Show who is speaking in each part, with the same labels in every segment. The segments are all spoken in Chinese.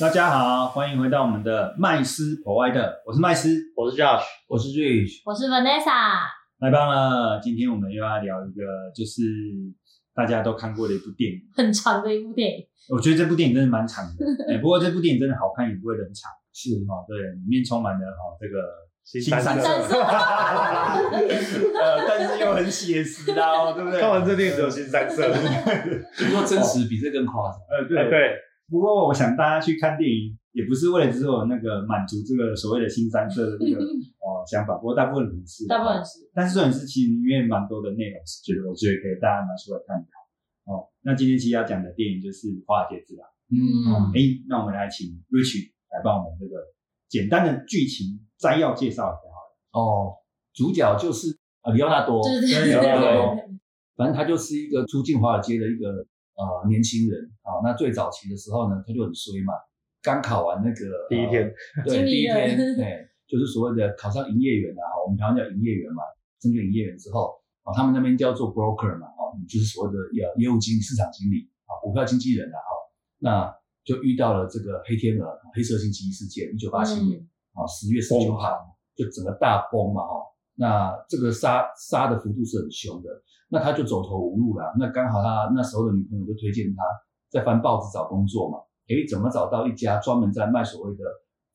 Speaker 1: 大家好，欢迎回到我们的麦斯 Provider，我是麦斯，
Speaker 2: 我是 Josh，
Speaker 3: 我是 Rich，
Speaker 4: 我是 Vanessa，
Speaker 1: 来棒了。今天我们又要聊一个，就是大家都看过的一部电影，
Speaker 4: 很长的一部电影，
Speaker 1: 我觉得这部电影真的蛮长的， 哎、不过这部电影真的好看，也不会冷场，是哦，对，里面充满了哦这个。
Speaker 2: 新
Speaker 1: 新三
Speaker 2: 三
Speaker 1: 色，
Speaker 2: 色
Speaker 1: 呃，但是又很写实的哦，对不对？
Speaker 2: 看完这电影只有新三色。
Speaker 3: 听说真实比这更夸张。
Speaker 1: 呃，对
Speaker 2: 哎对，
Speaker 1: 不过我想大家去看电影，也不是为了只有那个满足这个所谓的新三色的这个哦想法，不过大部分人是，
Speaker 4: 大部分，是
Speaker 1: 但是重点是其实里面蛮多的内容是觉得我觉得可以大家拿出来探讨。哦，那今天其实要讲的电影就是《华尔街之狼》。
Speaker 4: 嗯
Speaker 1: 哎、那我们来请 Rich 来帮我们这个简单的剧情摘要介绍一下好了。
Speaker 3: 哦，主角就是呃里奥纳多，
Speaker 4: 对
Speaker 1: 对
Speaker 4: 对
Speaker 1: 有有
Speaker 4: 对
Speaker 1: 有
Speaker 4: 对，
Speaker 3: 反正他就是一个出进华尔街的一个呃年轻人啊、那最早期的时候呢，他就很衰嘛，刚考完那个
Speaker 2: 第一天，
Speaker 3: 呃
Speaker 4: 经
Speaker 3: 对，
Speaker 4: 理
Speaker 3: 第一天，
Speaker 4: 人
Speaker 3: 对，就是所谓的考上营业员啊，我们台湾叫营业员嘛，证券营业员之后，啊，他们那边叫做 broker 嘛，哦，就是所谓的业业务经理、市场经理啊，股票经纪人啊，哦，那就遇到了这个黑天鹅、哦黑色星期一事件，一九八七年。
Speaker 4: 嗯
Speaker 3: 啊，十月十九号就整个大崩嘛，哦，那这个杀杀的幅度是很凶的，那他就走投无路了。那刚好他那时候的女朋友就推荐他在翻报纸找工作嘛，诶，怎么找到一家专门在卖所谓的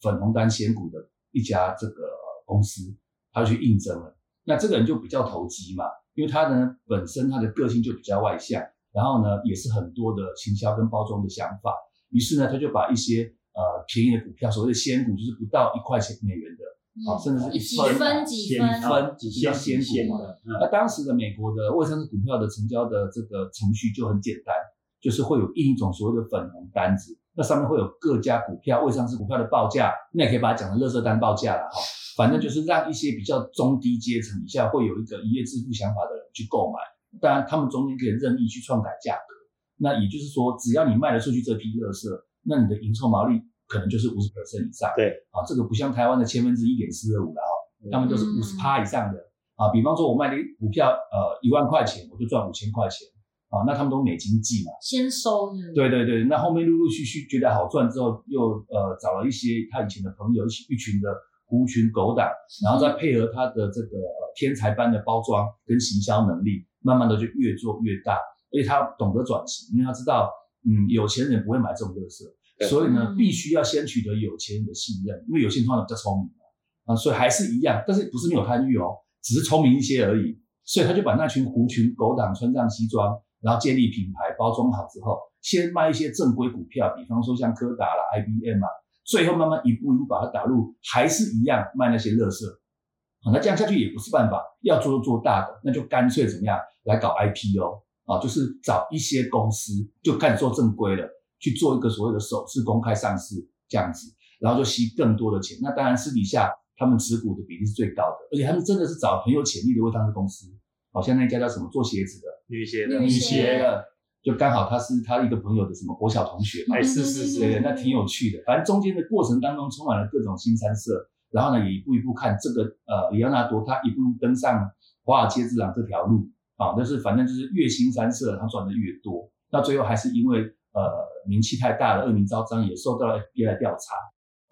Speaker 3: 粉红单仙股的一家这个公司，他就去应征了。那这个人就比较投机嘛，因为他呢本身他的个性就比较外向，然后呢也是很多的行销跟包装的想法，于是呢他就把一些呃便宜的股票，所谓的仙股，就是不到一块钱美元的啊，甚至是
Speaker 4: 嗯几
Speaker 3: 一分
Speaker 4: 分几分，
Speaker 3: 分
Speaker 1: 几
Speaker 3: 就叫仙
Speaker 1: 仙
Speaker 3: 股嘛。
Speaker 1: 的，
Speaker 3: 那当时的美国的未上市股票的成交的这个程序就很简单，就是会有印一种所谓的粉红单子，那上面会有各家股票未上市股票的报价，那也可以把它讲成垃圾单报价了哈。反正就是让一些比较中低阶层以下会有一个一夜致富想法的人去购买，当然他们中间可以任意去篡改价格。那也就是说，只要你卖得出去这批垃圾，那你的营收毛利可能就是五十 percent 以上。
Speaker 2: 对，
Speaker 3: 啊，这个不像台湾的千分之一点四二五了哈，他们都是五十趴以上的啊。比方说，我卖的股票呃一万块钱，我就赚五千块钱啊，那他们都美金计嘛。
Speaker 4: 先收的，
Speaker 3: 对对对，那后面陆陆续续觉得好赚之后，又呃找了一些他以前的朋友，一起一群的狐群狗党，然后再配合他的这个呃天才般的包装跟行销能力，慢慢的就越做越大，而且他懂得转型，因为他知道，嗯，有钱人不会买这种垃圾，
Speaker 2: 对
Speaker 3: 所以呢，
Speaker 4: 嗯
Speaker 3: 必须要先取得有钱人的信任，因为有钱人通常比较聪明嘛，啊，所以还是一样，但是不是没有贪欲哦，只是聪明一些而已，所以他就把那群狐群狗党穿上西装，然后建立品牌，包装好之后，先卖一些正规股票，比方说像柯达啦、IBM 啊，最后慢慢一步一步把它打入，还是一样卖那些垃圾。好，那这样下去也不是办法，要做就做大的，那就干脆怎么样来搞 IPO 啊，就是找一些公司就开始做正规了，去做一个所谓的首次公开上市这样子，然后就吸更多的钱。那当然私底下他们持股的比例是最高的，而且他们真的是找很有潜力的未上市公司，好、像那一家叫什么做鞋子的，
Speaker 2: 女鞋
Speaker 4: 的
Speaker 2: 的
Speaker 4: 女
Speaker 3: 女
Speaker 4: 鞋
Speaker 3: 鞋的，就刚好他是他一个朋友的什么国小同学嘛，
Speaker 4: 嗯
Speaker 2: 哎是是是
Speaker 3: 对对，那挺有趣的。反正中间的过程当中充满了各种新三色，然后呢，也一步一步看这个呃，里奥纳多他一步步登上华尔街之狼这条路啊，但是反正就是越新三色，他赚的越多。那最后还是因为呃名气太大了，恶名昭彰，也受到了 FBI 的调查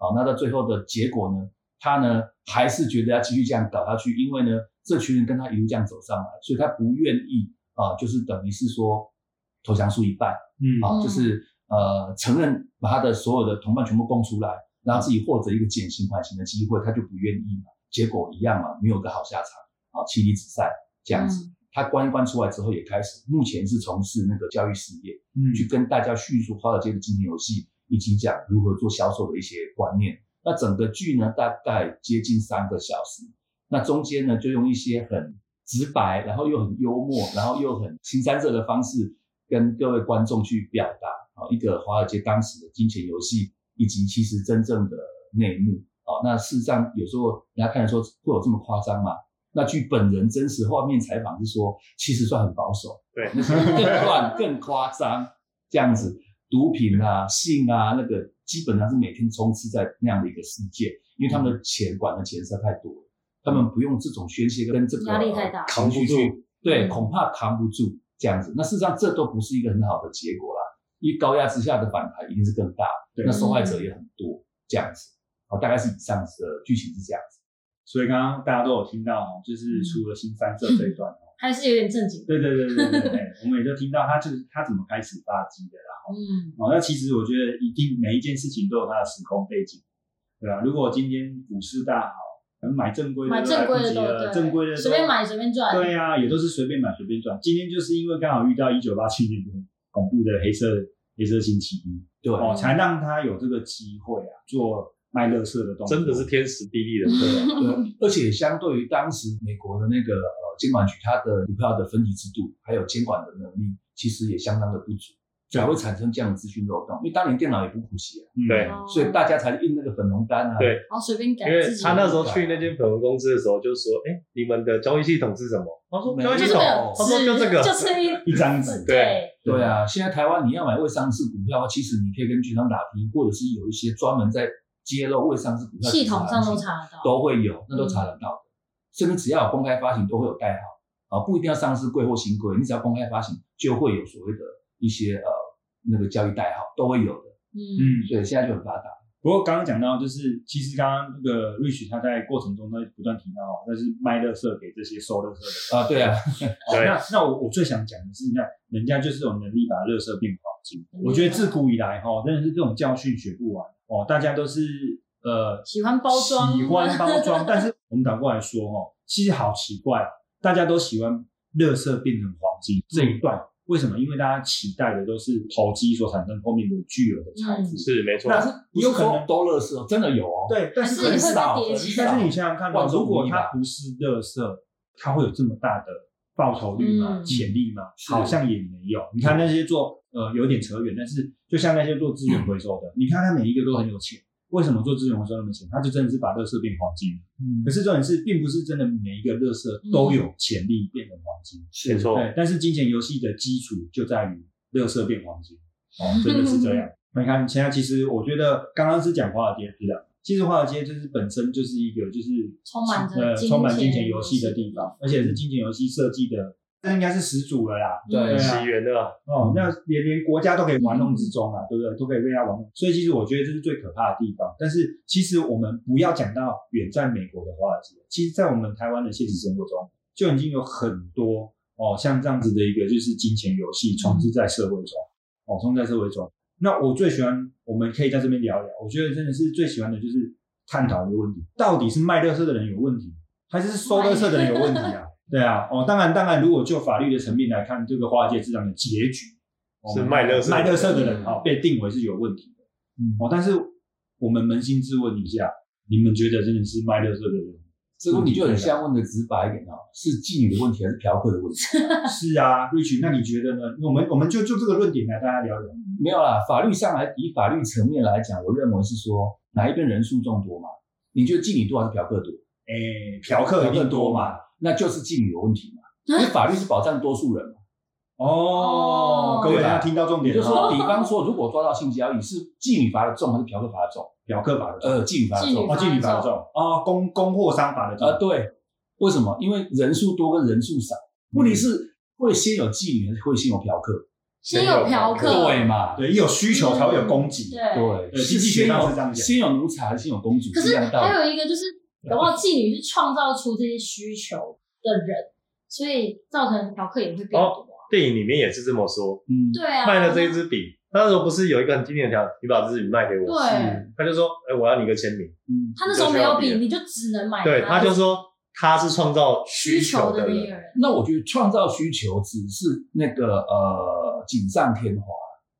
Speaker 3: 啊。那到最后的结果呢，他呢还是觉得要继续这样搞下去，因为呢这群人跟他一路这样走上来，所以他不愿意啊，就是等于是说投降输一半。
Speaker 1: 嗯，
Speaker 3: 啊，
Speaker 4: 嗯
Speaker 3: 就是呃承认把他的所有的同伴全部供出来，然后自己获得一个减刑缓刑的机会，他就不愿意嘛，结果一样嘛，没有个好下场啊，妻离子散这样
Speaker 4: 嗯
Speaker 3: 子。他关一关出来之后，也开始目前是从事那个教育事业，
Speaker 1: 嗯
Speaker 3: 去跟大家叙述华尔街的竞品游戏，以及讲如何做销售的一些观念。那整个剧呢，大概接近三个小时。那中间呢，就用一些很直白，然后又很幽默，然后又很新三色的方式，跟各位观众去表达啊，一个华尔街当时的金钱游戏，以及其实真正的内幕啊。那事实上，有时候人家看的时候会有这么夸张吗？那据本人真实画面采访是说，其实算很保守，
Speaker 2: 对
Speaker 3: 那是更乱、更夸张这样子。毒品啊、性啊，那个基本上是每天充斥在那样的一个世界，因为他们的钱管的钱实在太多了，他们不用这种宣泄跟这个
Speaker 4: 压力太大
Speaker 3: 呃
Speaker 2: 扛不
Speaker 3: 情绪去，对，
Speaker 4: 嗯
Speaker 3: 恐怕扛不住这样子。那事实上，这都不是一个很好的结果啦，因为高压之下的反弹一定是更大。
Speaker 1: 对
Speaker 3: 那受害者也很多，这样子，哦，大概是以上的剧情是这样子。
Speaker 1: 所以刚刚大家都有听到哦，
Speaker 4: 嗯
Speaker 1: 就是除了新三色这一 段哦，
Speaker 4: 还是有点正经。
Speaker 1: 对对对对对对，哎我们也就听到他就是他怎么开始发迹的啦。
Speaker 4: 嗯，
Speaker 1: 哦，那其实我觉得一定每一件事情都有它的时空背景，对啊吧、如果今天股市大好，可能买正规的
Speaker 4: 买
Speaker 1: 都
Speaker 4: 正规
Speaker 1: 来不
Speaker 4: 的
Speaker 1: 及
Speaker 4: 都
Speaker 1: 了，
Speaker 4: 对，
Speaker 1: 正规的都
Speaker 4: 随便买随便赚。
Speaker 1: 对呀、也都是随便买随便赚。今天就是因为刚好遇到一九八七年的恐怖的黑色黑色星期一，
Speaker 3: 对，
Speaker 1: 哦，才让他有这个机会啊，做卖乐色的东西，
Speaker 2: 真的啊是天时地利人和。
Speaker 4: 嗯
Speaker 3: 对，而且相对于当时美国的那个呃监管局，它的股票的分级制度还有监管的能力，其实也相当的不足，才会产生这样的资讯漏洞。因为当年电脑也不普及啊，
Speaker 1: 嗯
Speaker 2: 对
Speaker 4: 哦
Speaker 3: 所以大家才印那个粉红单啊。
Speaker 2: 对，
Speaker 4: 然后随便改
Speaker 2: 因为
Speaker 4: 自己的。
Speaker 2: 他那时候去那间粉红公司的时候，就说：“哎、你们的交易系统是什么？”他说：“
Speaker 3: 没有
Speaker 2: 交易
Speaker 4: 就
Speaker 2: 系
Speaker 4: 是
Speaker 2: 统
Speaker 4: 没
Speaker 3: 哦
Speaker 4: 有，
Speaker 2: 他说就这个
Speaker 4: 就是一
Speaker 1: 一张纸
Speaker 2: 对
Speaker 3: 对啊，现在台湾你要买未上市股票，其实你可以跟券商打听，或者是有一些专门在揭露未上市股票
Speaker 4: 系统上都
Speaker 3: 的
Speaker 4: 查得到。
Speaker 3: 都会有，那都查得
Speaker 1: 嗯
Speaker 3: 到的。甚至只要有公开发行，都会有代号啊，不一定要上市柜或新柜，你只要公开发行，就会有所谓的一些呃那个交易代号都会有的。
Speaker 4: 嗯，
Speaker 1: 嗯，
Speaker 3: 对，现在就很发达。
Speaker 1: 不过刚刚讲到，就是其实刚刚那个 Rich 他在过程中他不断提到哦，那是卖乐色给这些收乐色的人。
Speaker 3: 啊，对啊，
Speaker 1: 哦、
Speaker 2: 对
Speaker 1: 那那我我最想讲的是，你看人家就是有能力把垃圾变黄金。
Speaker 4: 嗯
Speaker 1: 我觉得自古以来哈、哦，真的是这种教训学不完哦。大家都是呃
Speaker 4: 喜欢包装
Speaker 1: 喜欢包 装，但是我们反过来说哈、哦，其实好奇怪，大家都喜欢垃圾变成黄金这一段，为什么？因为大家期待的都是投机所产生后面的巨额的财富。
Speaker 4: 嗯
Speaker 2: 是没错。
Speaker 1: 那
Speaker 3: 不
Speaker 1: 有
Speaker 3: 是
Speaker 1: 可能
Speaker 3: 说都乐色，真的有哦。
Speaker 1: 对，但
Speaker 4: 还
Speaker 1: 是
Speaker 4: 是
Speaker 1: 很
Speaker 4: 会
Speaker 1: 少。
Speaker 4: 再叠起来
Speaker 1: 但是你想想看哦，
Speaker 3: 万中无
Speaker 1: 如果
Speaker 3: 一吧
Speaker 1: 它不是垃圾，它会有这么大的报酬率吗？
Speaker 4: 嗯
Speaker 1: 潜力吗？
Speaker 3: 是
Speaker 1: 好像也没有。你看那些做呃有点扯远，但是就像那些做资源回收的，你看他每一个都很有钱。为什么做资源回收那么钱？他就真的是把垃圾变黄金。
Speaker 3: 嗯
Speaker 1: 可是重点是，并不是真的每一个垃圾都有潜力变成黄金。
Speaker 3: 是
Speaker 2: 没错，
Speaker 1: 对，但是金钱游戏的基础就在于乐色变黄金，哦，真的是这样。 那你看，现在其实我觉得刚刚是讲华尔街，是的，其实华尔街就是本身就是一个就是
Speaker 4: 充满着
Speaker 1: 呃
Speaker 4: 金
Speaker 1: 充满
Speaker 4: 钱
Speaker 1: 金钱游戏的地方，而且是金钱游戏设计的，那应该是始祖了啦。
Speaker 3: 对
Speaker 1: 对啊
Speaker 4: 嗯
Speaker 2: 起源的啊
Speaker 1: 哦，那连连国家都可以玩弄之中啊，对不对？都可以被他玩弄，所以其实我觉得这是最可怕的地方。但是其实我们不要讲到远在美国的华尔街，其实在我们台湾的现实生活中，就已经有很多哦像这样子的一个就是金钱游戏充斥在社会中，哦充斥在社会中。那我最喜欢，我们可以在这边聊聊。我觉得真的是最喜欢的就是探讨一个问题：到底是卖乐色的人有问题，还是收乐色的人有问题啊？ 对啊，哦，当然，当然，如果就法律的层面来看，这个华尔街之狼的结局我们
Speaker 2: 是卖嗯乐色
Speaker 1: 卖乐色的人哦，被定为是有问题的
Speaker 3: 嗯，
Speaker 1: 哦。但是我们扪心自问一下，你们觉得真的是卖乐色的人？
Speaker 3: 这个问题就很像问的直白一点哦，是妓女的问题还是嫖客的问题？
Speaker 1: 是啊，Rich，那你觉得呢？我们我们就就这个论点来大家聊聊。
Speaker 3: 没有啦，法律上来以法律层面来讲，我认为是说哪一边人数众多嘛？你觉得妓女多还是嫖客多？
Speaker 1: 诶，嫖客一定多啊嘛？，
Speaker 3: 那就是妓女有问题嘛。因为法律是保障多数人嘛。
Speaker 1: 哦
Speaker 4: 哦，
Speaker 1: 各位
Speaker 3: 对啊
Speaker 1: 大家听到重
Speaker 3: 也
Speaker 1: 点
Speaker 3: 就
Speaker 1: 了
Speaker 3: 是
Speaker 1: 哦
Speaker 3: 说，比方说，如果抓到性交易，是妓女罚的重还是嫖客罚的重？
Speaker 1: 嫖客法的重，
Speaker 3: 呃，妓女罚的
Speaker 4: 妓
Speaker 3: 重
Speaker 4: 女。
Speaker 1: 哦，妓女法的重，哦，供供货商法的重
Speaker 3: 啊，，对，为什么？因为人数多跟人数少，问题是会先有妓女，还是会先有嫖客？
Speaker 4: 先有嫖客，
Speaker 3: 对嘛？
Speaker 1: 对，有需求才会有供给，
Speaker 4: 嗯对。
Speaker 3: 对，
Speaker 1: 对
Speaker 3: 是
Speaker 1: 经济学
Speaker 3: 先
Speaker 1: 上是这样讲
Speaker 3: 有先有奴才，还是先有公主？
Speaker 4: 可
Speaker 3: 一
Speaker 4: 是
Speaker 3: 样的道理。
Speaker 4: 还有一个就是，搞不好妓女是创造出这些需求的人，所以造成嫖客也会变多啊。
Speaker 2: 电影里面也是这么说，
Speaker 3: 嗯，
Speaker 4: 对啊，
Speaker 2: 哦卖了这一支笔。他那时候不是有一个很经典的条，你把这支笔卖给我，
Speaker 4: 对，
Speaker 2: 他就说，哎、我要你一个签名。
Speaker 3: 嗯，
Speaker 4: 他那时候没有笔，你就只能买它。
Speaker 2: 对，他就说他是创造
Speaker 4: 需
Speaker 2: 求
Speaker 4: 求的那
Speaker 2: 人，
Speaker 4: 个人，
Speaker 3: 那我觉得创造需求只是那个呃锦上添花。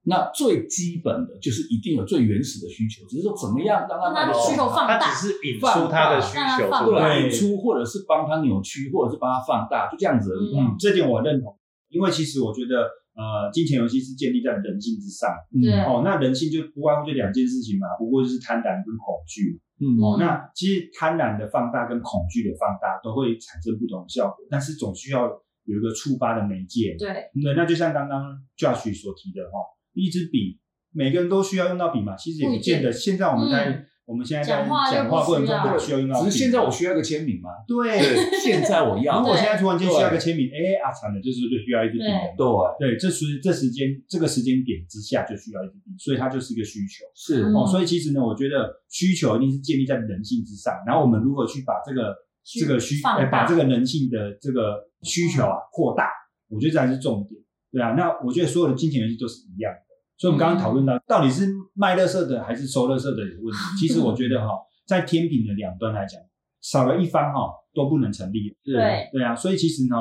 Speaker 3: 那最基本的就是一定有最原始的需求，只是说怎么样让它卖
Speaker 4: 那
Speaker 3: 得
Speaker 4: 他
Speaker 3: 动
Speaker 4: 需求放
Speaker 2: 哦他
Speaker 4: 大
Speaker 2: 只是引出他的需求出
Speaker 4: 放
Speaker 2: 来。
Speaker 3: 对
Speaker 1: 对
Speaker 3: 引出，或者是帮它扭曲，或者是帮它放大，就这样子而已。啊
Speaker 4: 嗯
Speaker 1: 嗯，这点我认同，因为其实我觉得，呃，金钱游戏是建立在人性之上。
Speaker 3: 嗯
Speaker 4: 对
Speaker 1: 哦，那人性就不外乎这两件事情嘛，不过就是贪婪跟恐惧。
Speaker 3: 嗯
Speaker 1: 哦，那其实贪婪的放大跟恐惧的放大都会产生不同的效果，但是总需要有一个触发的媒介。
Speaker 4: 对，
Speaker 1: 对，那就像刚刚 Josh 所提的哈、一支笔，每个人都需要用到笔嘛，其实也不见
Speaker 4: 不一嗯
Speaker 1: 得。现在我们在我们现在在
Speaker 4: 讲话就
Speaker 1: 讲话过程中
Speaker 4: 不
Speaker 1: 都需要用到。
Speaker 3: 只是现在我需要一个签名嘛，
Speaker 1: 对，
Speaker 3: 对，现在我
Speaker 1: 如
Speaker 3: 要，
Speaker 1: 果
Speaker 4: 对
Speaker 1: 现在突然间需要一个签名，哎，啊惨了，就是就需要一支笔了。
Speaker 3: 对，
Speaker 1: 对，这时这时间这个时间点之下就需要一支笔，所以它就是一个需求。
Speaker 3: 是，
Speaker 4: 嗯
Speaker 1: 哦，所以其实呢，我觉得需求一定是建立在人性之上，然后我们如何去把这个
Speaker 4: 去
Speaker 1: 这个需、
Speaker 4: 放
Speaker 1: 呃
Speaker 4: 大嗯
Speaker 1: 把这个人性的这个需求啊扩大，我觉得这才是重点，对啊。那我觉得所有的金钱游戏都是一样的，所以我们刚刚讨论
Speaker 4: 嗯
Speaker 1: 到，到底是卖乐色的还是收乐色的有问题。其实我觉 得哈、在天平的两端来讲，少了一方哈、都不能成立。
Speaker 4: 对
Speaker 1: 对啊，所以其实呢，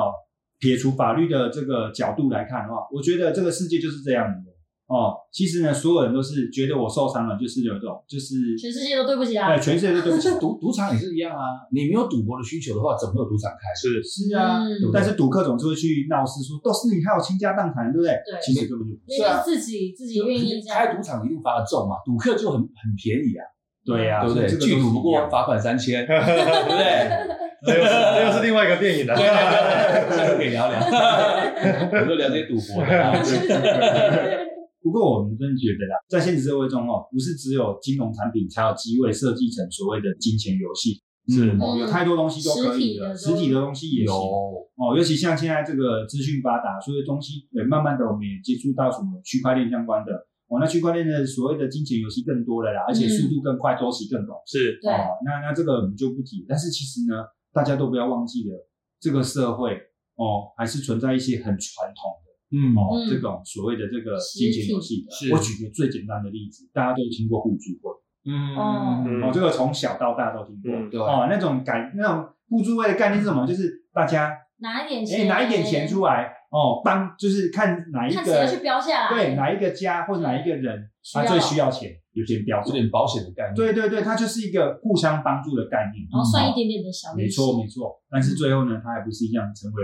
Speaker 1: 撇除法律的这个角度来看的话，我觉得这个世界就是这样的哦。其实呢，所有人都是觉得我受伤了，就是有这种，就是
Speaker 4: 全世界都对不起啊
Speaker 1: 哎，，全世界都对不 起。
Speaker 3: 像赌赌场也是一样啊，你没有赌博的需求的话，怎么会有赌场开？
Speaker 2: 是
Speaker 1: 是啊，
Speaker 4: 嗯
Speaker 1: 但是赌客总是会去闹事说，都是你害我倾家荡产，对不对？
Speaker 4: 对
Speaker 1: 其实根本就不
Speaker 4: 因
Speaker 1: 是。啊
Speaker 4: 为是自己自己愿意这
Speaker 3: 开
Speaker 4: 样
Speaker 3: 赌，场一定罚的重嘛，赌客就很很便宜啊，
Speaker 1: 对啊，
Speaker 3: 对不对？
Speaker 1: 所以这个
Speaker 3: 拒
Speaker 1: 都是
Speaker 3: 赌不
Speaker 1: 一
Speaker 3: 过
Speaker 1: 样
Speaker 3: 罚款 三千，对不对？
Speaker 2: 这又是这又是另外一个电影了。
Speaker 3: 下次可以 聊聊，我们就聊这些赌博的啊。
Speaker 1: 不过我们真的觉得啦，在现实社会中哦，不是只有金融产品才有机会设计成所谓的金钱游戏，
Speaker 3: 是
Speaker 1: 哦，
Speaker 4: 嗯
Speaker 1: 有太多东西都可以了，实
Speaker 4: 实体的都
Speaker 1: 体的东西也行。
Speaker 3: 有，
Speaker 1: 哦，尤其像现在这个资讯发达，所以东西呃，慢慢的我们也接触到什么区块链相关的。哦，那区块链的所谓的金钱游戏更多了啦，而且速度更快，周期更短。
Speaker 2: 是
Speaker 4: 对
Speaker 1: 哦，那那这个我们就不提。但是其实呢，大家都不要忘记了，这个社会哦，还是存在一些很传统的
Speaker 3: 嗯
Speaker 1: 哦、
Speaker 4: 嗯
Speaker 1: 这种所谓的这个金钱游戏
Speaker 3: 实体是
Speaker 1: 的。我举个最简单的例子，大家都听过互助会，
Speaker 4: 嗯
Speaker 1: 哦，这个从小到大都听过。
Speaker 2: 嗯
Speaker 3: 对，
Speaker 1: 哦，那种感那种互助会的概念是什么？就是大家
Speaker 4: 拿一点
Speaker 1: 哎、
Speaker 4: 钱，
Speaker 1: 拿一点钱出来哦，帮就是看哪一
Speaker 4: 看谁要
Speaker 1: 个
Speaker 4: 去标下来，
Speaker 1: 对哪一个家或哪一个人
Speaker 4: 需
Speaker 1: 他
Speaker 4: 要嗯
Speaker 1: 最需要钱，有些标
Speaker 3: 有
Speaker 1: 准。
Speaker 3: 点保险的概念。
Speaker 1: 对对对，它就是一个互相帮助的概念。
Speaker 2: 嗯
Speaker 4: 然后算一
Speaker 1: 哦
Speaker 4: 点点的小利
Speaker 1: 没
Speaker 4: 息，
Speaker 1: 错没错，但是最后呢，它还不是一样成为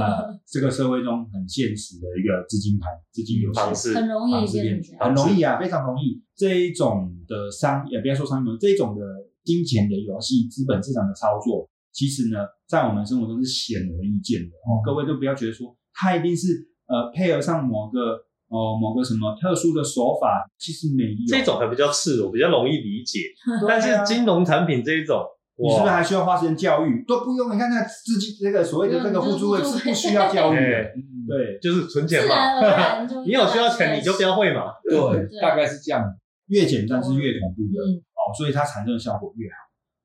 Speaker 1: 呃这个社会中很现实的一个资金盘、资金游戏
Speaker 2: 方式
Speaker 4: 很容
Speaker 1: 方
Speaker 4: 易
Speaker 1: 式
Speaker 4: 变
Speaker 1: 变
Speaker 4: 成这样。
Speaker 1: 啊很容易啊，非常容易。这一种的商，也不要说商业，这一种的金钱的游戏、资本市场的操作，其实呢，在我们生活中是显而易见的哦。各位都不要觉得说它一定是呃配合上某个哦、某个什么特殊的手法，其实没有
Speaker 2: 这种还比较赤裸，比较容易理解。
Speaker 1: 对啊
Speaker 2: 但是金融产品这一种，
Speaker 1: 你是不是
Speaker 2: 哇，
Speaker 1: 还需要花时间教育？都不用，你看那自己这个所谓的这个互助会是不需要教育的，
Speaker 2: 哎，
Speaker 3: 嗯
Speaker 1: 对，
Speaker 2: 就是存
Speaker 4: 自
Speaker 2: 钱嘛。
Speaker 4: 然而然就
Speaker 2: 你有需要钱，你就标会嘛。
Speaker 3: 对，大概是这样。
Speaker 1: 越简单是越恐怖的。
Speaker 4: 嗯，
Speaker 1: 哦，所以它产生的效果越好。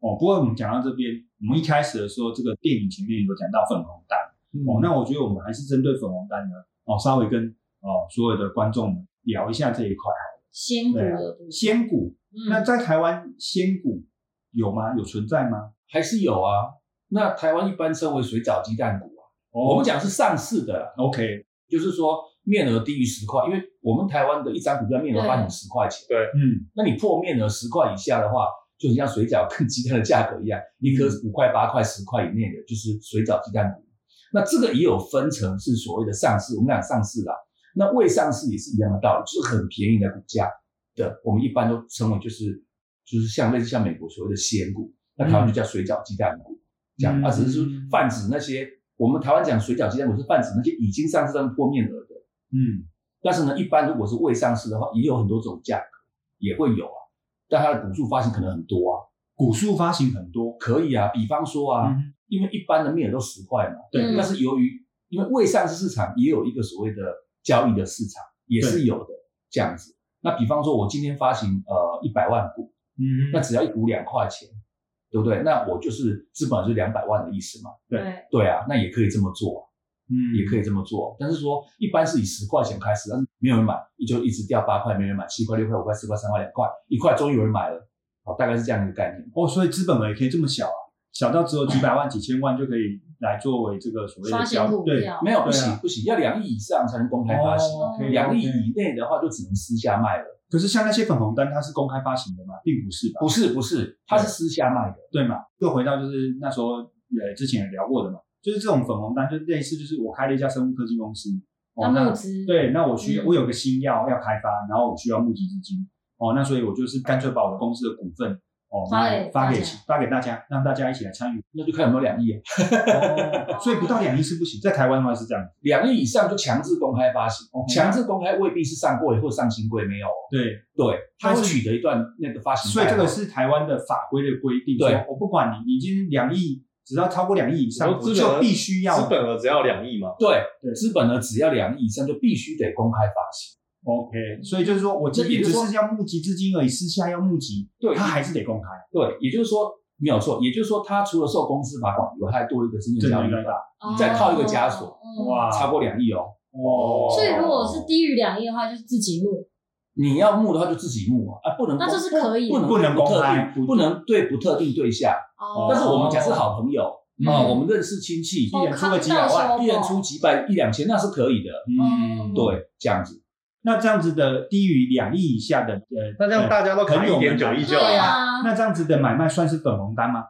Speaker 1: 哦，不过我们讲到这边，我们一开始的时候，这个电影前面有讲到粉红蛋
Speaker 3: 嗯
Speaker 1: 哦，那我觉得我们还是针对粉红蛋呢，哦，稍微跟哦所有的观众们聊一下这一块好了。
Speaker 4: 仙股的部分
Speaker 1: 仙股，
Speaker 4: 嗯
Speaker 1: 那在台湾仙股有吗？有存在吗？
Speaker 3: 还是有啊。那台湾一般称为水饺鸡蛋股啊，我们讲是上市的啦，
Speaker 1: OK，
Speaker 3: 就是说面额低于十块，因为我们台湾的一张股票面额发行十块钱，
Speaker 1: 嗯，
Speaker 3: 那你破面额十块以下的话，就很像水饺跟鸡蛋的价格一样，一颗五块、八块、十块以内的就是水饺鸡蛋股。那这个也有分成是所谓的上市，我们讲上市啦，那未上市也是一样的道理，就是很便宜的股价的，我们一般都称为就是就是像类似像美国所谓的仙股，那台湾就叫水饺鸡蛋股，这样
Speaker 1: 嗯
Speaker 3: 啊，只是说泛指那些我们台湾讲水饺鸡蛋股是泛指那些已经上市但破面额的。
Speaker 1: 嗯，
Speaker 3: 但是呢，一般如果是未上市的话，也有很多种价格，也会有啊。但它的股数发行可能很多啊，
Speaker 1: 股数发行很多
Speaker 3: 可以啊。比方说啊，
Speaker 1: 嗯
Speaker 3: 因为一般的面额都十块嘛，
Speaker 1: 对
Speaker 4: 嗯
Speaker 3: 但是由于因为未上市市场也有一个所谓的交易的市场，也是有的这样子。那比方说，我今天发行呃一百万股，
Speaker 1: 嗯
Speaker 3: 那只要一股两块钱，对不对？那我就是资本就是两百万的意思嘛。
Speaker 1: 对
Speaker 4: 对，
Speaker 3: 对啊，那也可以这么做啊。
Speaker 1: 嗯
Speaker 3: 也可以这么做。但是说一般是以十块钱开始，但是没有人买，也就一直掉八块，没人买七块、六块、五块、四块、三块、两块，一块终于有人买了，好，大概是这样一个概念。
Speaker 1: 哦，所以资本额也可以这么小啊，小到只有几百万、几千万就可以来作为这个所谓
Speaker 4: 发
Speaker 1: 的
Speaker 4: 行
Speaker 1: 交
Speaker 4: 股
Speaker 1: 对。
Speaker 4: 票
Speaker 3: 没有
Speaker 1: 对啊
Speaker 3: 不行不行，要两亿以上才能公开发行，
Speaker 1: 哦，OK，
Speaker 3: 两亿
Speaker 1: OK
Speaker 3: 以内的话就只能私下卖了。
Speaker 1: 可是像那些粉红单，它是公开发行的吗？并不是吧？
Speaker 3: 不是不是，它是私下卖的。
Speaker 1: 对嘛？又回到就是那时候呃之前也聊过的嘛，就是这种粉红单，就是类似就是我开了一家生物科技公司，哦
Speaker 4: 要，募
Speaker 1: 那
Speaker 4: 资，
Speaker 1: 对，那我需要
Speaker 4: 嗯
Speaker 1: 我有个新药要开发，然后我需要募集资金，哦，那所以我就是干脆把我的公司的股份哦，
Speaker 4: 发
Speaker 1: 那
Speaker 4: 给
Speaker 1: 发
Speaker 4: 大
Speaker 1: 给
Speaker 4: 家
Speaker 1: 发给大家，让大家一起来 参与。
Speaker 3: 那就看有没有两亿啊，
Speaker 1: 哦，所以不到两亿是不行，在台湾的话是这样。
Speaker 3: 两亿以上就强制公开发行
Speaker 1: 哦，
Speaker 3: 强制公开未必是上柜或上新柜没有哦，
Speaker 1: 对，
Speaker 3: 对，他会
Speaker 1: 但是
Speaker 3: 取得一段那个发行
Speaker 1: 所
Speaker 3: 代
Speaker 1: 以
Speaker 3: 码，
Speaker 1: 这个是台湾的法规的规定。
Speaker 3: 对
Speaker 1: 说我不管你，你已经两亿，只要超过两亿以上，
Speaker 2: 然后
Speaker 1: 我
Speaker 2: 资本
Speaker 1: 就
Speaker 2: 额
Speaker 1: 必须要
Speaker 2: 资本额只要两亿嘛，
Speaker 1: 对
Speaker 3: 对资本呢，只要两亿以上就必须得公开发行，
Speaker 1: OK，所以就是说我即
Speaker 3: 那也
Speaker 1: 便
Speaker 3: 就
Speaker 1: 只
Speaker 3: 是说
Speaker 1: 是要募集资金而已，私下要募集，
Speaker 3: 对
Speaker 1: 他还是得公开。
Speaker 3: 对，也就是说没有错，也就是说他除了受公司罚款以外，他还多一个证券交
Speaker 1: 证
Speaker 3: 易
Speaker 1: 券交易
Speaker 3: 法，再套一个枷锁
Speaker 4: 哦
Speaker 1: 哇
Speaker 3: 超过两亿哦，
Speaker 1: 哦
Speaker 4: 所以如果是低于两亿的话，就是自己募。
Speaker 3: 你要募的话就自己募啊，啊不能
Speaker 4: 那
Speaker 3: 公
Speaker 4: 就是可以
Speaker 3: 不能
Speaker 1: 不能
Speaker 3: 对
Speaker 1: 公
Speaker 3: 特
Speaker 1: 开
Speaker 3: 定不能对不特定对象，
Speaker 4: 哦
Speaker 3: 但是我们假设好朋友
Speaker 1: 嗯
Speaker 3: 啊，我们认识亲戚，
Speaker 1: 一人出个几百万
Speaker 4: 哦
Speaker 3: 一人出几百一两千那是可以的，
Speaker 4: 嗯
Speaker 3: 对，这样子。
Speaker 1: 那这样子的低于两亿以下的，呃，
Speaker 2: 那这样
Speaker 1: 呃
Speaker 2: 大家都砍
Speaker 1: 朋
Speaker 2: 一
Speaker 1: 友们
Speaker 2: 点九亿
Speaker 4: 靠
Speaker 2: 就
Speaker 4: 到
Speaker 2: 好
Speaker 4: 对
Speaker 2: 了。
Speaker 4: 啊，
Speaker 1: 那这样子的买卖算是粉红单 吗？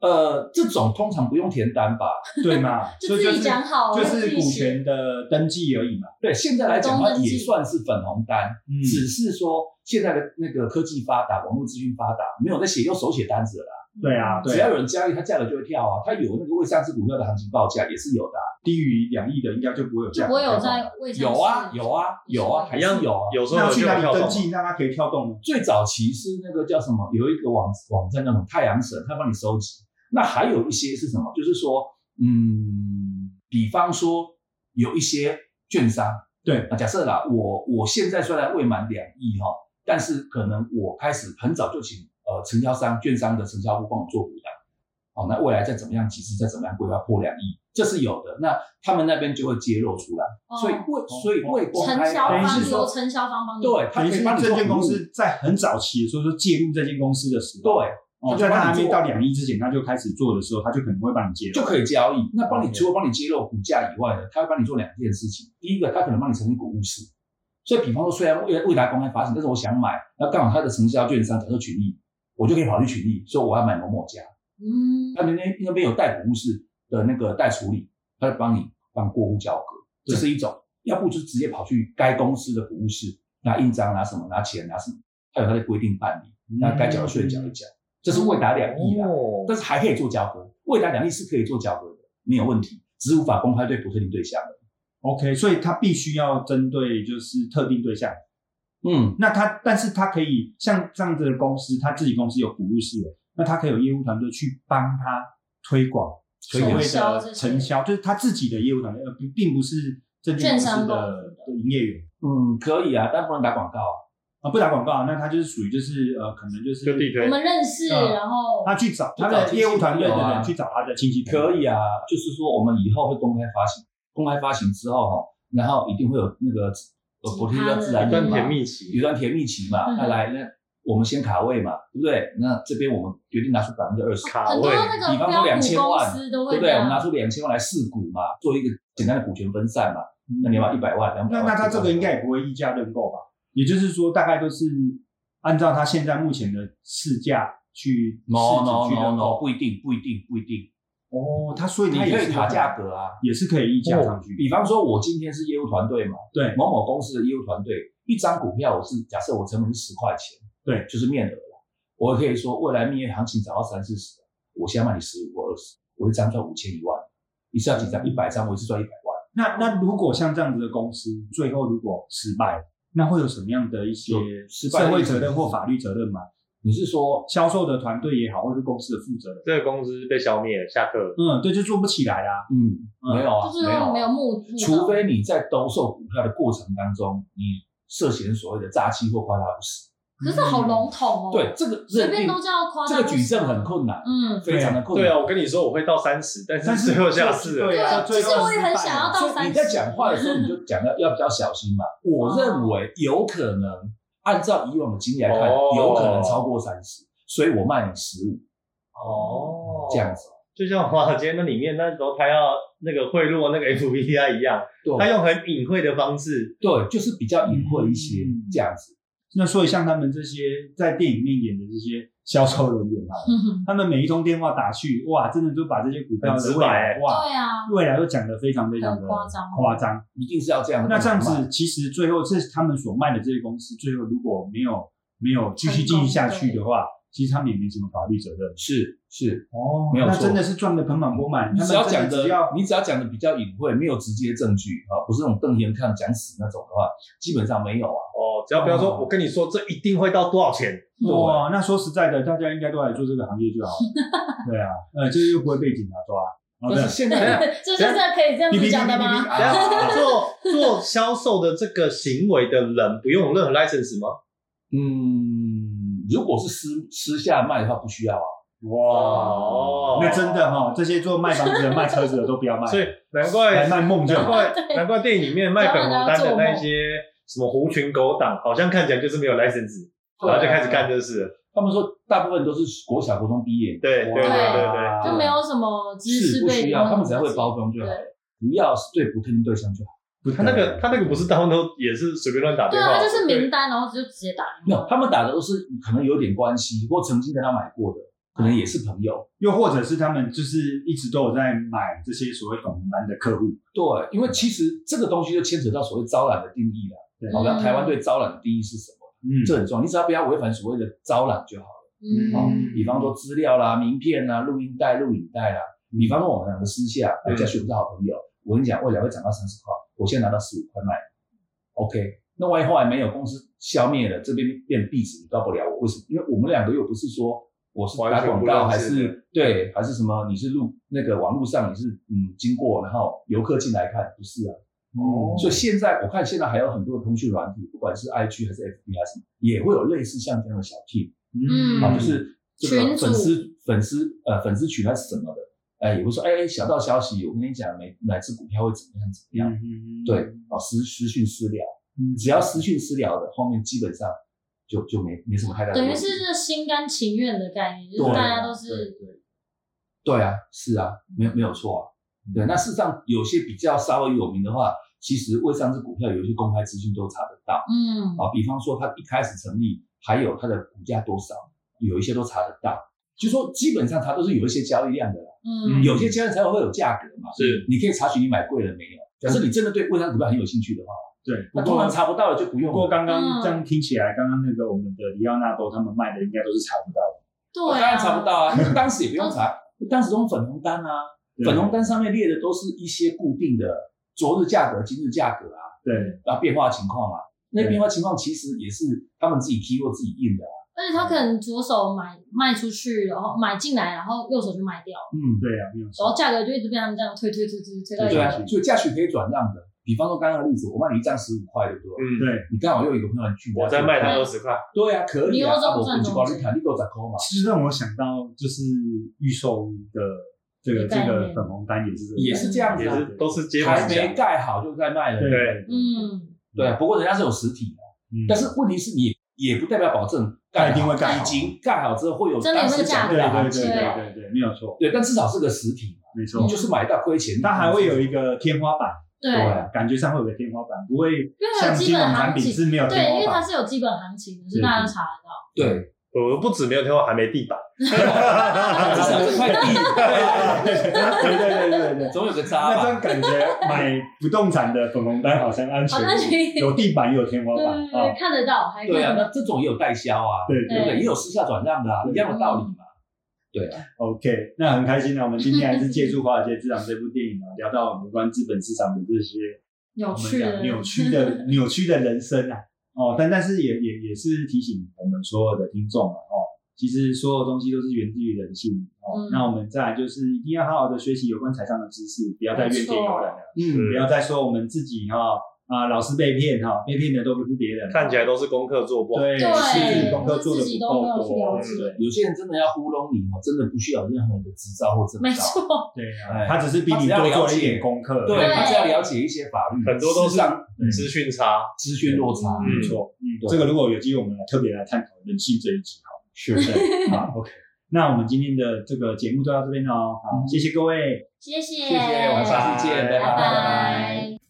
Speaker 3: 呃，这种通常不用填单吧？
Speaker 1: 对嘛？
Speaker 4: 就
Speaker 1: 所以
Speaker 4: 自己
Speaker 1: 是
Speaker 4: 讲好
Speaker 1: 就
Speaker 4: 自
Speaker 1: 是
Speaker 4: 己
Speaker 1: 股
Speaker 4: 写
Speaker 1: 权的登记而已嘛。
Speaker 3: 对，现在来讲的话
Speaker 4: 股东登记
Speaker 3: 也算是粉红单，
Speaker 1: 嗯
Speaker 3: 只是说现在的那个科技发达，网络资讯发达，没有在写用手写单子了啦。
Speaker 1: 对啊，
Speaker 3: 只
Speaker 1: 对
Speaker 3: 要
Speaker 1: 啊，
Speaker 3: 有人交易，它价格就会跳啊。它有那个未上市股票的行情报价也是有的啊、
Speaker 1: 低于两亿的应该就不会有这
Speaker 4: 就
Speaker 1: 样。
Speaker 4: 不会有在卫生
Speaker 3: 有啊，
Speaker 4: 室
Speaker 3: 有啊，有啊，还
Speaker 2: 一样
Speaker 3: 是有啊。
Speaker 2: 有时候
Speaker 1: 那
Speaker 2: 有
Speaker 1: 去
Speaker 2: 就
Speaker 1: 哪
Speaker 2: 有
Speaker 1: 里
Speaker 2: 跳
Speaker 1: 登
Speaker 2: 动，
Speaker 1: 记让他可以跳动呢？
Speaker 3: 最早期是那个叫什么，有一个网网站叫什么太阳神，它帮你收集。那还有一些是什么？就是说，嗯，比方说有一些券商
Speaker 1: 对，
Speaker 3: 啊，假设啦，我我现在虽然未满两亿哈，但是可能我开始很早就请呃承销商、券商的承销户帮我做补单。好、那未来再怎么样集资，再怎么样规划破两亿，这是有的。那他们那边就会揭露出来，所以未所以未公
Speaker 4: 哦承
Speaker 3: 开
Speaker 4: 销
Speaker 1: 等于
Speaker 4: 方
Speaker 1: 是说
Speaker 4: 由承销方帮你
Speaker 3: 对，他
Speaker 1: 等于
Speaker 3: 可以
Speaker 1: 是
Speaker 3: 帮你做
Speaker 1: 证券公
Speaker 3: 服务
Speaker 1: 司在很早期的时候就介入这间公司的时候，
Speaker 3: 对。
Speaker 1: 哦，
Speaker 3: 就
Speaker 1: 在他
Speaker 3: 帮
Speaker 1: 还没
Speaker 3: 你做
Speaker 1: 到两亿之前，他就开始做的时候，他就可能会帮你介入。
Speaker 3: 就可以交易。那帮你
Speaker 1: OK
Speaker 3: 除了帮你揭露股价以外呢，他会帮你做两件事情。第一个，他可能帮你成立股务室，所以比方说，虽然未未达公开发行，但是我想买，那刚好他的承销券商假设群益，我就可以跑去群益说我要买某某家，
Speaker 4: 嗯，
Speaker 3: 他那边那边有代股务室的那个代处理，他就帮你帮过户交割，这是一种；要不就直接跑去该公司的股务室拿印章、拿什么、拿钱、拿什么，他有他的规定办理，那该缴的税缴一缴，这是未达两亿啦。
Speaker 2: 哦
Speaker 3: 但是还可以做交割，未来两亿是可以做交割的，没有问题，只是无法公开对不特定对象的。
Speaker 1: OK，所以他必须要针对就是特定对象。
Speaker 3: 嗯，
Speaker 1: 那他，但是他可以像这样子的公司，他自己公司有服务室的，那他可以有业务团队去帮他推广所谓
Speaker 4: 承销
Speaker 1: 的
Speaker 4: 这些
Speaker 1: 承销，就是他自己的业务团队，而不并不是证券公
Speaker 4: 券
Speaker 1: 司
Speaker 4: 商
Speaker 1: 的
Speaker 4: 公
Speaker 1: 的
Speaker 4: 司
Speaker 1: 营业员
Speaker 3: 嗯，可以啊，但不能打广告啊。
Speaker 1: 啊，不打广告，那他就是属于就是呃，可能就是
Speaker 2: 就地
Speaker 4: 我
Speaker 2: 推，
Speaker 4: 们认识，
Speaker 1: 嗯
Speaker 4: 然后
Speaker 1: 他去找
Speaker 3: 就
Speaker 1: 他
Speaker 3: 找
Speaker 1: 的
Speaker 3: 亲戚
Speaker 1: 业务团队的
Speaker 3: 朋友
Speaker 1: 人
Speaker 3: 啊
Speaker 1: 去找他的亲戚朋友
Speaker 3: 可以啊，就是说我们以后会公开发行，公开发行之后哈，然后一定会有那个呃，
Speaker 4: 其
Speaker 3: 博
Speaker 4: 他
Speaker 3: 特利
Speaker 4: 的
Speaker 3: 自
Speaker 2: 一
Speaker 3: 然
Speaker 1: 嗯
Speaker 2: 段
Speaker 3: 人嘛，
Speaker 2: 甜蜜期
Speaker 3: 有，段甜蜜期嘛，
Speaker 4: 嗯
Speaker 3: 那来那我们先卡位嘛，对不对？那这边我们决定拿出百分之二十，
Speaker 2: 卡
Speaker 4: 很多
Speaker 2: 位，
Speaker 4: 那
Speaker 3: 比
Speaker 4: 个
Speaker 3: 方说
Speaker 4: 标
Speaker 3: 2000
Speaker 4: 股公
Speaker 3: 万
Speaker 4: 司
Speaker 3: 对
Speaker 4: 都会
Speaker 3: 不
Speaker 4: 这
Speaker 3: 对？我们
Speaker 4: 样
Speaker 3: 拿出两千万来试股嘛，做一个简单的股权分散嘛，那你要不要一百万、两
Speaker 1: 嗯
Speaker 3: 百
Speaker 1: 那那
Speaker 3: 万？
Speaker 1: 他这个应该也不会溢价认购吧？也就是说，大概都是按照他现在目前的市价去
Speaker 3: no
Speaker 1: 市值
Speaker 3: no
Speaker 1: 去
Speaker 3: no
Speaker 1: 认
Speaker 3: no
Speaker 1: 购。
Speaker 3: 不一定不一定不一定，
Speaker 1: 哦，他所以
Speaker 3: 你
Speaker 1: 他
Speaker 3: 可
Speaker 1: 也
Speaker 3: 以
Speaker 1: 是
Speaker 3: 卡价，格啊。
Speaker 1: 也是可以溢
Speaker 2: 哦
Speaker 1: 价上去。
Speaker 3: 比方说，我今天是业务团队嘛，
Speaker 1: 对
Speaker 3: 某某公司的业务团队，一张股票我是假设我成本是十块钱，
Speaker 1: 对
Speaker 3: 就是面额了。我可以说，未来蜜月行情涨到三四十，我先卖你十五或二十，我一张赚五千一万，一次要几张？一百张，我一次赚一百万。
Speaker 1: 那那如果像这样子的公司，最后如果失败了，那会有什么样的一些
Speaker 3: 有失败的
Speaker 1: 社会
Speaker 3: 意思
Speaker 1: 责任或法律责任吗？
Speaker 3: 你是说
Speaker 1: 销售的团队也好，或是公司的负责人，
Speaker 2: 这个公司被消灭，下课。
Speaker 1: 嗯，对，就做不起来啦、
Speaker 3: 嗯，
Speaker 1: 嗯
Speaker 3: 没有啊，
Speaker 4: 就是
Speaker 3: 没有啊，
Speaker 4: 没有目目
Speaker 3: 除非你在兜售股票的过程当中，你涉嫌所谓的诈欺或夸大不实。
Speaker 4: 可是好笼统哦，
Speaker 3: 对，，这个
Speaker 4: 随
Speaker 3: 认
Speaker 4: 便
Speaker 3: 定
Speaker 4: 都叫夸
Speaker 3: 这
Speaker 4: 张，
Speaker 3: 个举证很困难，
Speaker 4: 嗯，
Speaker 3: 非常的困难。
Speaker 2: 对啊，我跟你说，我会到三十，但
Speaker 1: 哦但
Speaker 2: 是
Speaker 1: 是
Speaker 2: 最后下市了。
Speaker 1: 对啊，
Speaker 4: 对
Speaker 1: 最后
Speaker 4: 其实我也
Speaker 1: 失败了
Speaker 4: 很想要到
Speaker 3: 所以你在讲话的时候，你就讲 要要比较小心嘛。我认为有可能，按照以往的经验来看，
Speaker 2: 哦
Speaker 3: 有可能超过三十，所以我卖你十五
Speaker 2: 哦
Speaker 3: 这样。子。
Speaker 2: 就像华尔街那里面那时候他要那个贿赂那个 FBI 一样，他
Speaker 3: 对
Speaker 2: 用很隐晦的方式，
Speaker 3: 对，就是比较隐晦一些
Speaker 1: 嗯
Speaker 3: 这样子。
Speaker 1: 那所以像他们这些在电影里面演的这些销售人员啊，
Speaker 4: 嗯
Speaker 1: 他们每一通电话打去，哇，真的就把这些股票
Speaker 2: 很
Speaker 1: 的
Speaker 2: 直
Speaker 1: 未
Speaker 2: 白
Speaker 1: 来，
Speaker 2: 欸
Speaker 1: 哇，
Speaker 4: 对啊，
Speaker 1: 未来都讲得非常非常的
Speaker 4: 很夸张
Speaker 1: 夸张。
Speaker 3: 一定是要这样的。
Speaker 1: 那这样
Speaker 3: 不然怎么
Speaker 1: 子，其实最后这他们所卖的这些公司，最后如果没有没有继续经营下去的话，其实他们也没什么法律责任。
Speaker 3: 是是，
Speaker 1: 哦
Speaker 3: 没有
Speaker 1: 那
Speaker 3: 错
Speaker 1: 真的是赚的盆满钵满。
Speaker 3: 你
Speaker 1: 他
Speaker 3: 只
Speaker 1: 们
Speaker 3: 要
Speaker 1: 真
Speaker 3: 讲
Speaker 1: 的
Speaker 3: 的
Speaker 1: 只要，
Speaker 3: 你只要讲的比较隐晦，没有直接证据啊，不是那种邓贤康讲死那种的话，基本上没有啊。
Speaker 2: 哦，只要不要说，我跟你说，这一定会到多少钱？
Speaker 1: 嗯哇，那说实在的，大家应该都来做这个行业就好了。对啊，呃，就是又不会被警察抓。哦对
Speaker 3: 但是 现在
Speaker 4: 就真的可以这样子讲的吗？
Speaker 2: 等一下做做销售的这个行为的人，不用有任何 license 吗？
Speaker 3: 嗯，如果是私私下卖的话，不需要啊。
Speaker 2: 哦
Speaker 1: 哇，那真的哈，这些做卖房子的、卖车子的都不 要卖，
Speaker 2: 所以难
Speaker 1: 来
Speaker 2: 怪
Speaker 1: 卖梦就
Speaker 2: 难
Speaker 1: 好。
Speaker 2: 怪
Speaker 4: 对
Speaker 2: 难怪电影里面卖粉红
Speaker 4: 啊
Speaker 2: 单的那些什么狐群狗党，好像看起来就是没有 license，然
Speaker 1: 啊
Speaker 2: 后就开始干就是了。
Speaker 3: 他们说大部分都是国小、国中毕业，
Speaker 2: 对对对对对。
Speaker 1: 哇
Speaker 4: 就没有什么知
Speaker 3: 是
Speaker 4: 识
Speaker 3: 不
Speaker 4: 被
Speaker 3: 需
Speaker 4: 利
Speaker 3: 要，
Speaker 4: 用
Speaker 3: 他们只要会包装就好，
Speaker 4: 对
Speaker 3: 不要是对不特定对象就好。
Speaker 1: 不
Speaker 2: 他那个他那个不是 download 也是随便乱打
Speaker 4: 对
Speaker 2: 电话，
Speaker 4: 啊，他就是名单，然后就直接打
Speaker 3: 没
Speaker 4: 电
Speaker 3: 有，
Speaker 4: 话。
Speaker 3: 他们打的都是可能有点关系，或曾经跟他买过的，可能也是朋友。
Speaker 1: 又或者是他们就是一直都有在买这些所谓粉红单的客户，
Speaker 3: 对，因为其实这个东西就牵扯到所谓招揽的定义了。
Speaker 1: 对
Speaker 3: 好，那
Speaker 4: 嗯
Speaker 3: 台湾对招揽的定义是什么？
Speaker 1: 嗯，
Speaker 3: 这很重要，你只要不要违反所谓的招揽就好了。哦
Speaker 4: 嗯，
Speaker 3: 比方说资料啦、名片啦、录音带、录影带啦，比方说我们两个私下
Speaker 2: 嗯
Speaker 3: 大家全部是好朋友，我跟你讲，未来会涨到三十块，我现在拿到十五块卖，OK。那万一后来没有公司消灭了，这边变壁纸，你告不了我，为什么？因为我们两个又不是说我是打广告
Speaker 2: 完
Speaker 3: 还
Speaker 2: 全不认识
Speaker 3: 是对还是什么，你是录那个网络上你是嗯经过，然后游客进来看，不是啊。
Speaker 1: 哦
Speaker 3: 所以现在我看现在还有很多的通讯软体，不管是 IG 还是 FB 还是什么，也会有类似像这样的小 team。
Speaker 4: 嗯
Speaker 3: 啊，就是这
Speaker 4: 群
Speaker 3: 个
Speaker 4: 组
Speaker 3: 粉丝粉丝呃粉丝群还是什么的，哎、也会说哎、小道消息，我跟你讲哪哪只股票会怎么样怎么样，
Speaker 1: 嗯
Speaker 3: 对，啊私私讯私聊，
Speaker 1: 嗯
Speaker 3: 只要私讯私聊的，后面基本上就就没没什么太大的
Speaker 4: 等
Speaker 3: 问
Speaker 4: 于
Speaker 3: 题。
Speaker 4: 是这心甘情愿的概念，就
Speaker 3: 对
Speaker 4: 是
Speaker 3: 啊
Speaker 4: 大家都
Speaker 3: 对
Speaker 4: 是
Speaker 3: 对对啊，是啊，没有没有错啊，
Speaker 4: 嗯
Speaker 3: 对，那事实上有些比较稍微有名的话，其实未上市股票有一些公开资讯都查得到。
Speaker 4: 嗯
Speaker 3: 啊，比方说它一开始成立，还有它的股价多少，有一些都查得到。就说基本上它都是有一些交易量的啦，
Speaker 4: 嗯
Speaker 3: 有些交易才会有价格嘛。
Speaker 2: 是，
Speaker 3: 你可以查询你买贵了没有。假设你真的对未来股票很有兴趣的话，
Speaker 1: 对。
Speaker 3: 那
Speaker 1: 不
Speaker 3: 通
Speaker 1: 过
Speaker 3: 常查不到的就不用
Speaker 1: 不
Speaker 3: 了。
Speaker 1: 过刚
Speaker 4: 嗯
Speaker 1: 刚这样听起来，刚刚那个我们的里奥纳多他们卖的应该都是查不到的，
Speaker 4: 对啊，
Speaker 3: 当然查不 到啊，因为当时也不用查，当时都用粉红单啊，
Speaker 1: 对
Speaker 3: 粉红单上面列的都是一些固定的昨日价格、今日价格啊，
Speaker 1: 对，
Speaker 3: 然后变化情况啊。那
Speaker 1: 对
Speaker 3: 变化情况其实也是他们自己 key 或自己印的啊。
Speaker 4: 而且他可能左手买卖出去，然后买进来，然后右手就卖掉，
Speaker 3: 嗯，
Speaker 1: 对啊，没有错
Speaker 4: 然后价格就一直被他们这样推推推推推到一
Speaker 3: 对
Speaker 4: 个
Speaker 3: 啊，所以价许可以转让的。比方说刚刚的例子，我卖你一张十五块，对不对？
Speaker 2: 嗯，
Speaker 1: 对，
Speaker 3: 你刚好又有一个朋友去，
Speaker 2: 我再卖他二
Speaker 4: 对
Speaker 2: 十块，
Speaker 3: 对啊，可以啊，
Speaker 4: 你又
Speaker 3: 啊我
Speaker 4: 中
Speaker 3: 跟
Speaker 4: 赚
Speaker 3: 你
Speaker 4: 中
Speaker 3: 讲，你看你够十块嘛？
Speaker 1: 其实让我想到就是预售的这个
Speaker 4: 一
Speaker 1: 这
Speaker 4: 概
Speaker 1: 个
Speaker 4: 念
Speaker 1: 粉红单也是这个
Speaker 3: 也是这样
Speaker 2: 也
Speaker 3: 子啊，
Speaker 2: 是都是接
Speaker 3: 还
Speaker 2: 盘侠。
Speaker 3: 没盖好就在卖了。
Speaker 1: 对
Speaker 2: 对，
Speaker 4: 嗯，
Speaker 3: 对啊，不过人家是有实体的，
Speaker 1: 嗯
Speaker 3: 但是问题是你也不代表保证盖
Speaker 1: 它一定
Speaker 3: 好
Speaker 1: 会盖好
Speaker 3: 已经盖好之后会有
Speaker 4: 真的有
Speaker 3: 当
Speaker 4: 那个
Speaker 3: 时讲
Speaker 4: 价
Speaker 3: 的
Speaker 1: 对
Speaker 4: 格
Speaker 3: 行
Speaker 1: 对
Speaker 3: 情
Speaker 1: 对
Speaker 3: 啊。
Speaker 1: 对对对，没有错，
Speaker 3: 对，但至少是个实体嘛，
Speaker 1: 没
Speaker 3: 你
Speaker 1: 错
Speaker 4: 嗯，
Speaker 3: 就是买到亏钱，
Speaker 1: 它还会有一个天花板，
Speaker 4: 对，啊
Speaker 3: 对
Speaker 4: 因
Speaker 3: 啊
Speaker 1: 感觉上会有个天花板，不会
Speaker 4: 为它
Speaker 1: 像
Speaker 4: 有基
Speaker 1: 金
Speaker 4: 本
Speaker 1: 融产
Speaker 4: 行
Speaker 1: 品
Speaker 4: 情，
Speaker 1: 是没有
Speaker 4: 对，因
Speaker 1: 天
Speaker 4: 为
Speaker 1: 花
Speaker 4: 它
Speaker 1: 板。
Speaker 4: 是有基本行情的，是
Speaker 1: 对
Speaker 4: 大家都查得到。
Speaker 3: 对，
Speaker 2: 我不止没有天花，还没地板。
Speaker 3: 至少这块地，对
Speaker 1: 对对对对对，
Speaker 3: 总有个渣
Speaker 1: 那这
Speaker 3: 吧？
Speaker 1: 样感觉买不动产的粉红单好像安全
Speaker 4: 好，，那你
Speaker 1: 有地板有天花
Speaker 4: 对
Speaker 1: 板
Speaker 4: 对
Speaker 1: 啊
Speaker 4: 对，，看得到，还看
Speaker 3: 对啊，
Speaker 4: 得到。
Speaker 3: 那这种也有代销啊，
Speaker 1: 对
Speaker 3: 对
Speaker 1: 对
Speaker 3: 不对？也有私下转让的啊，
Speaker 1: 对
Speaker 3: 一样的道理嘛。对啊，
Speaker 1: ，OK，那很开心啊呢，我们今天还是借助《华尔街之狼》这部电 影呢，啊聊到我们关于资本市场的这些
Speaker 4: 有
Speaker 1: 我
Speaker 4: 趣
Speaker 1: 们
Speaker 4: 的
Speaker 1: 讲扭曲 的扭曲的人生啊，哦，但但是也也也是提醒我们所有的听众啊，哦，其实所有东西都是源自于人性哦。
Speaker 4: 嗯
Speaker 1: 那我们再来就是一定要好好的学习有关财商的知识，不要再怨天尤人了。
Speaker 3: 嗯
Speaker 1: 不要再说我们自己哈啊、老是被骗哈、被骗的都不是别人，哦
Speaker 2: 看起来都是功课做不好。
Speaker 1: 对，
Speaker 4: 对
Speaker 1: 是自己功课做的
Speaker 4: 自己
Speaker 1: 不
Speaker 4: 都没有去
Speaker 1: 够多，
Speaker 4: 了解
Speaker 1: 对
Speaker 3: 有些人真的要糊弄你哦，真的不需要有任何的执照或证照，
Speaker 4: 没错，
Speaker 1: 对啊，
Speaker 3: 哎
Speaker 1: 他只是比你多做了一点功课，
Speaker 3: 对，
Speaker 4: 对
Speaker 3: 他只要了解一些法律，
Speaker 2: 很多都是
Speaker 3: 事实上
Speaker 2: 资讯差，
Speaker 3: 资讯落差，
Speaker 4: 嗯
Speaker 1: 没错，嗯，
Speaker 3: 对
Speaker 1: 这个如果有机会我们来特别来探讨人性这一集好了，
Speaker 3: 是
Speaker 1: 对， 好，OK，那我们今天的这个节目就到这边了哦，好，
Speaker 3: 嗯
Speaker 1: 谢谢各位。
Speaker 4: 谢谢，
Speaker 3: 谢谢，我们下次见，
Speaker 2: 拜
Speaker 4: 拜拜。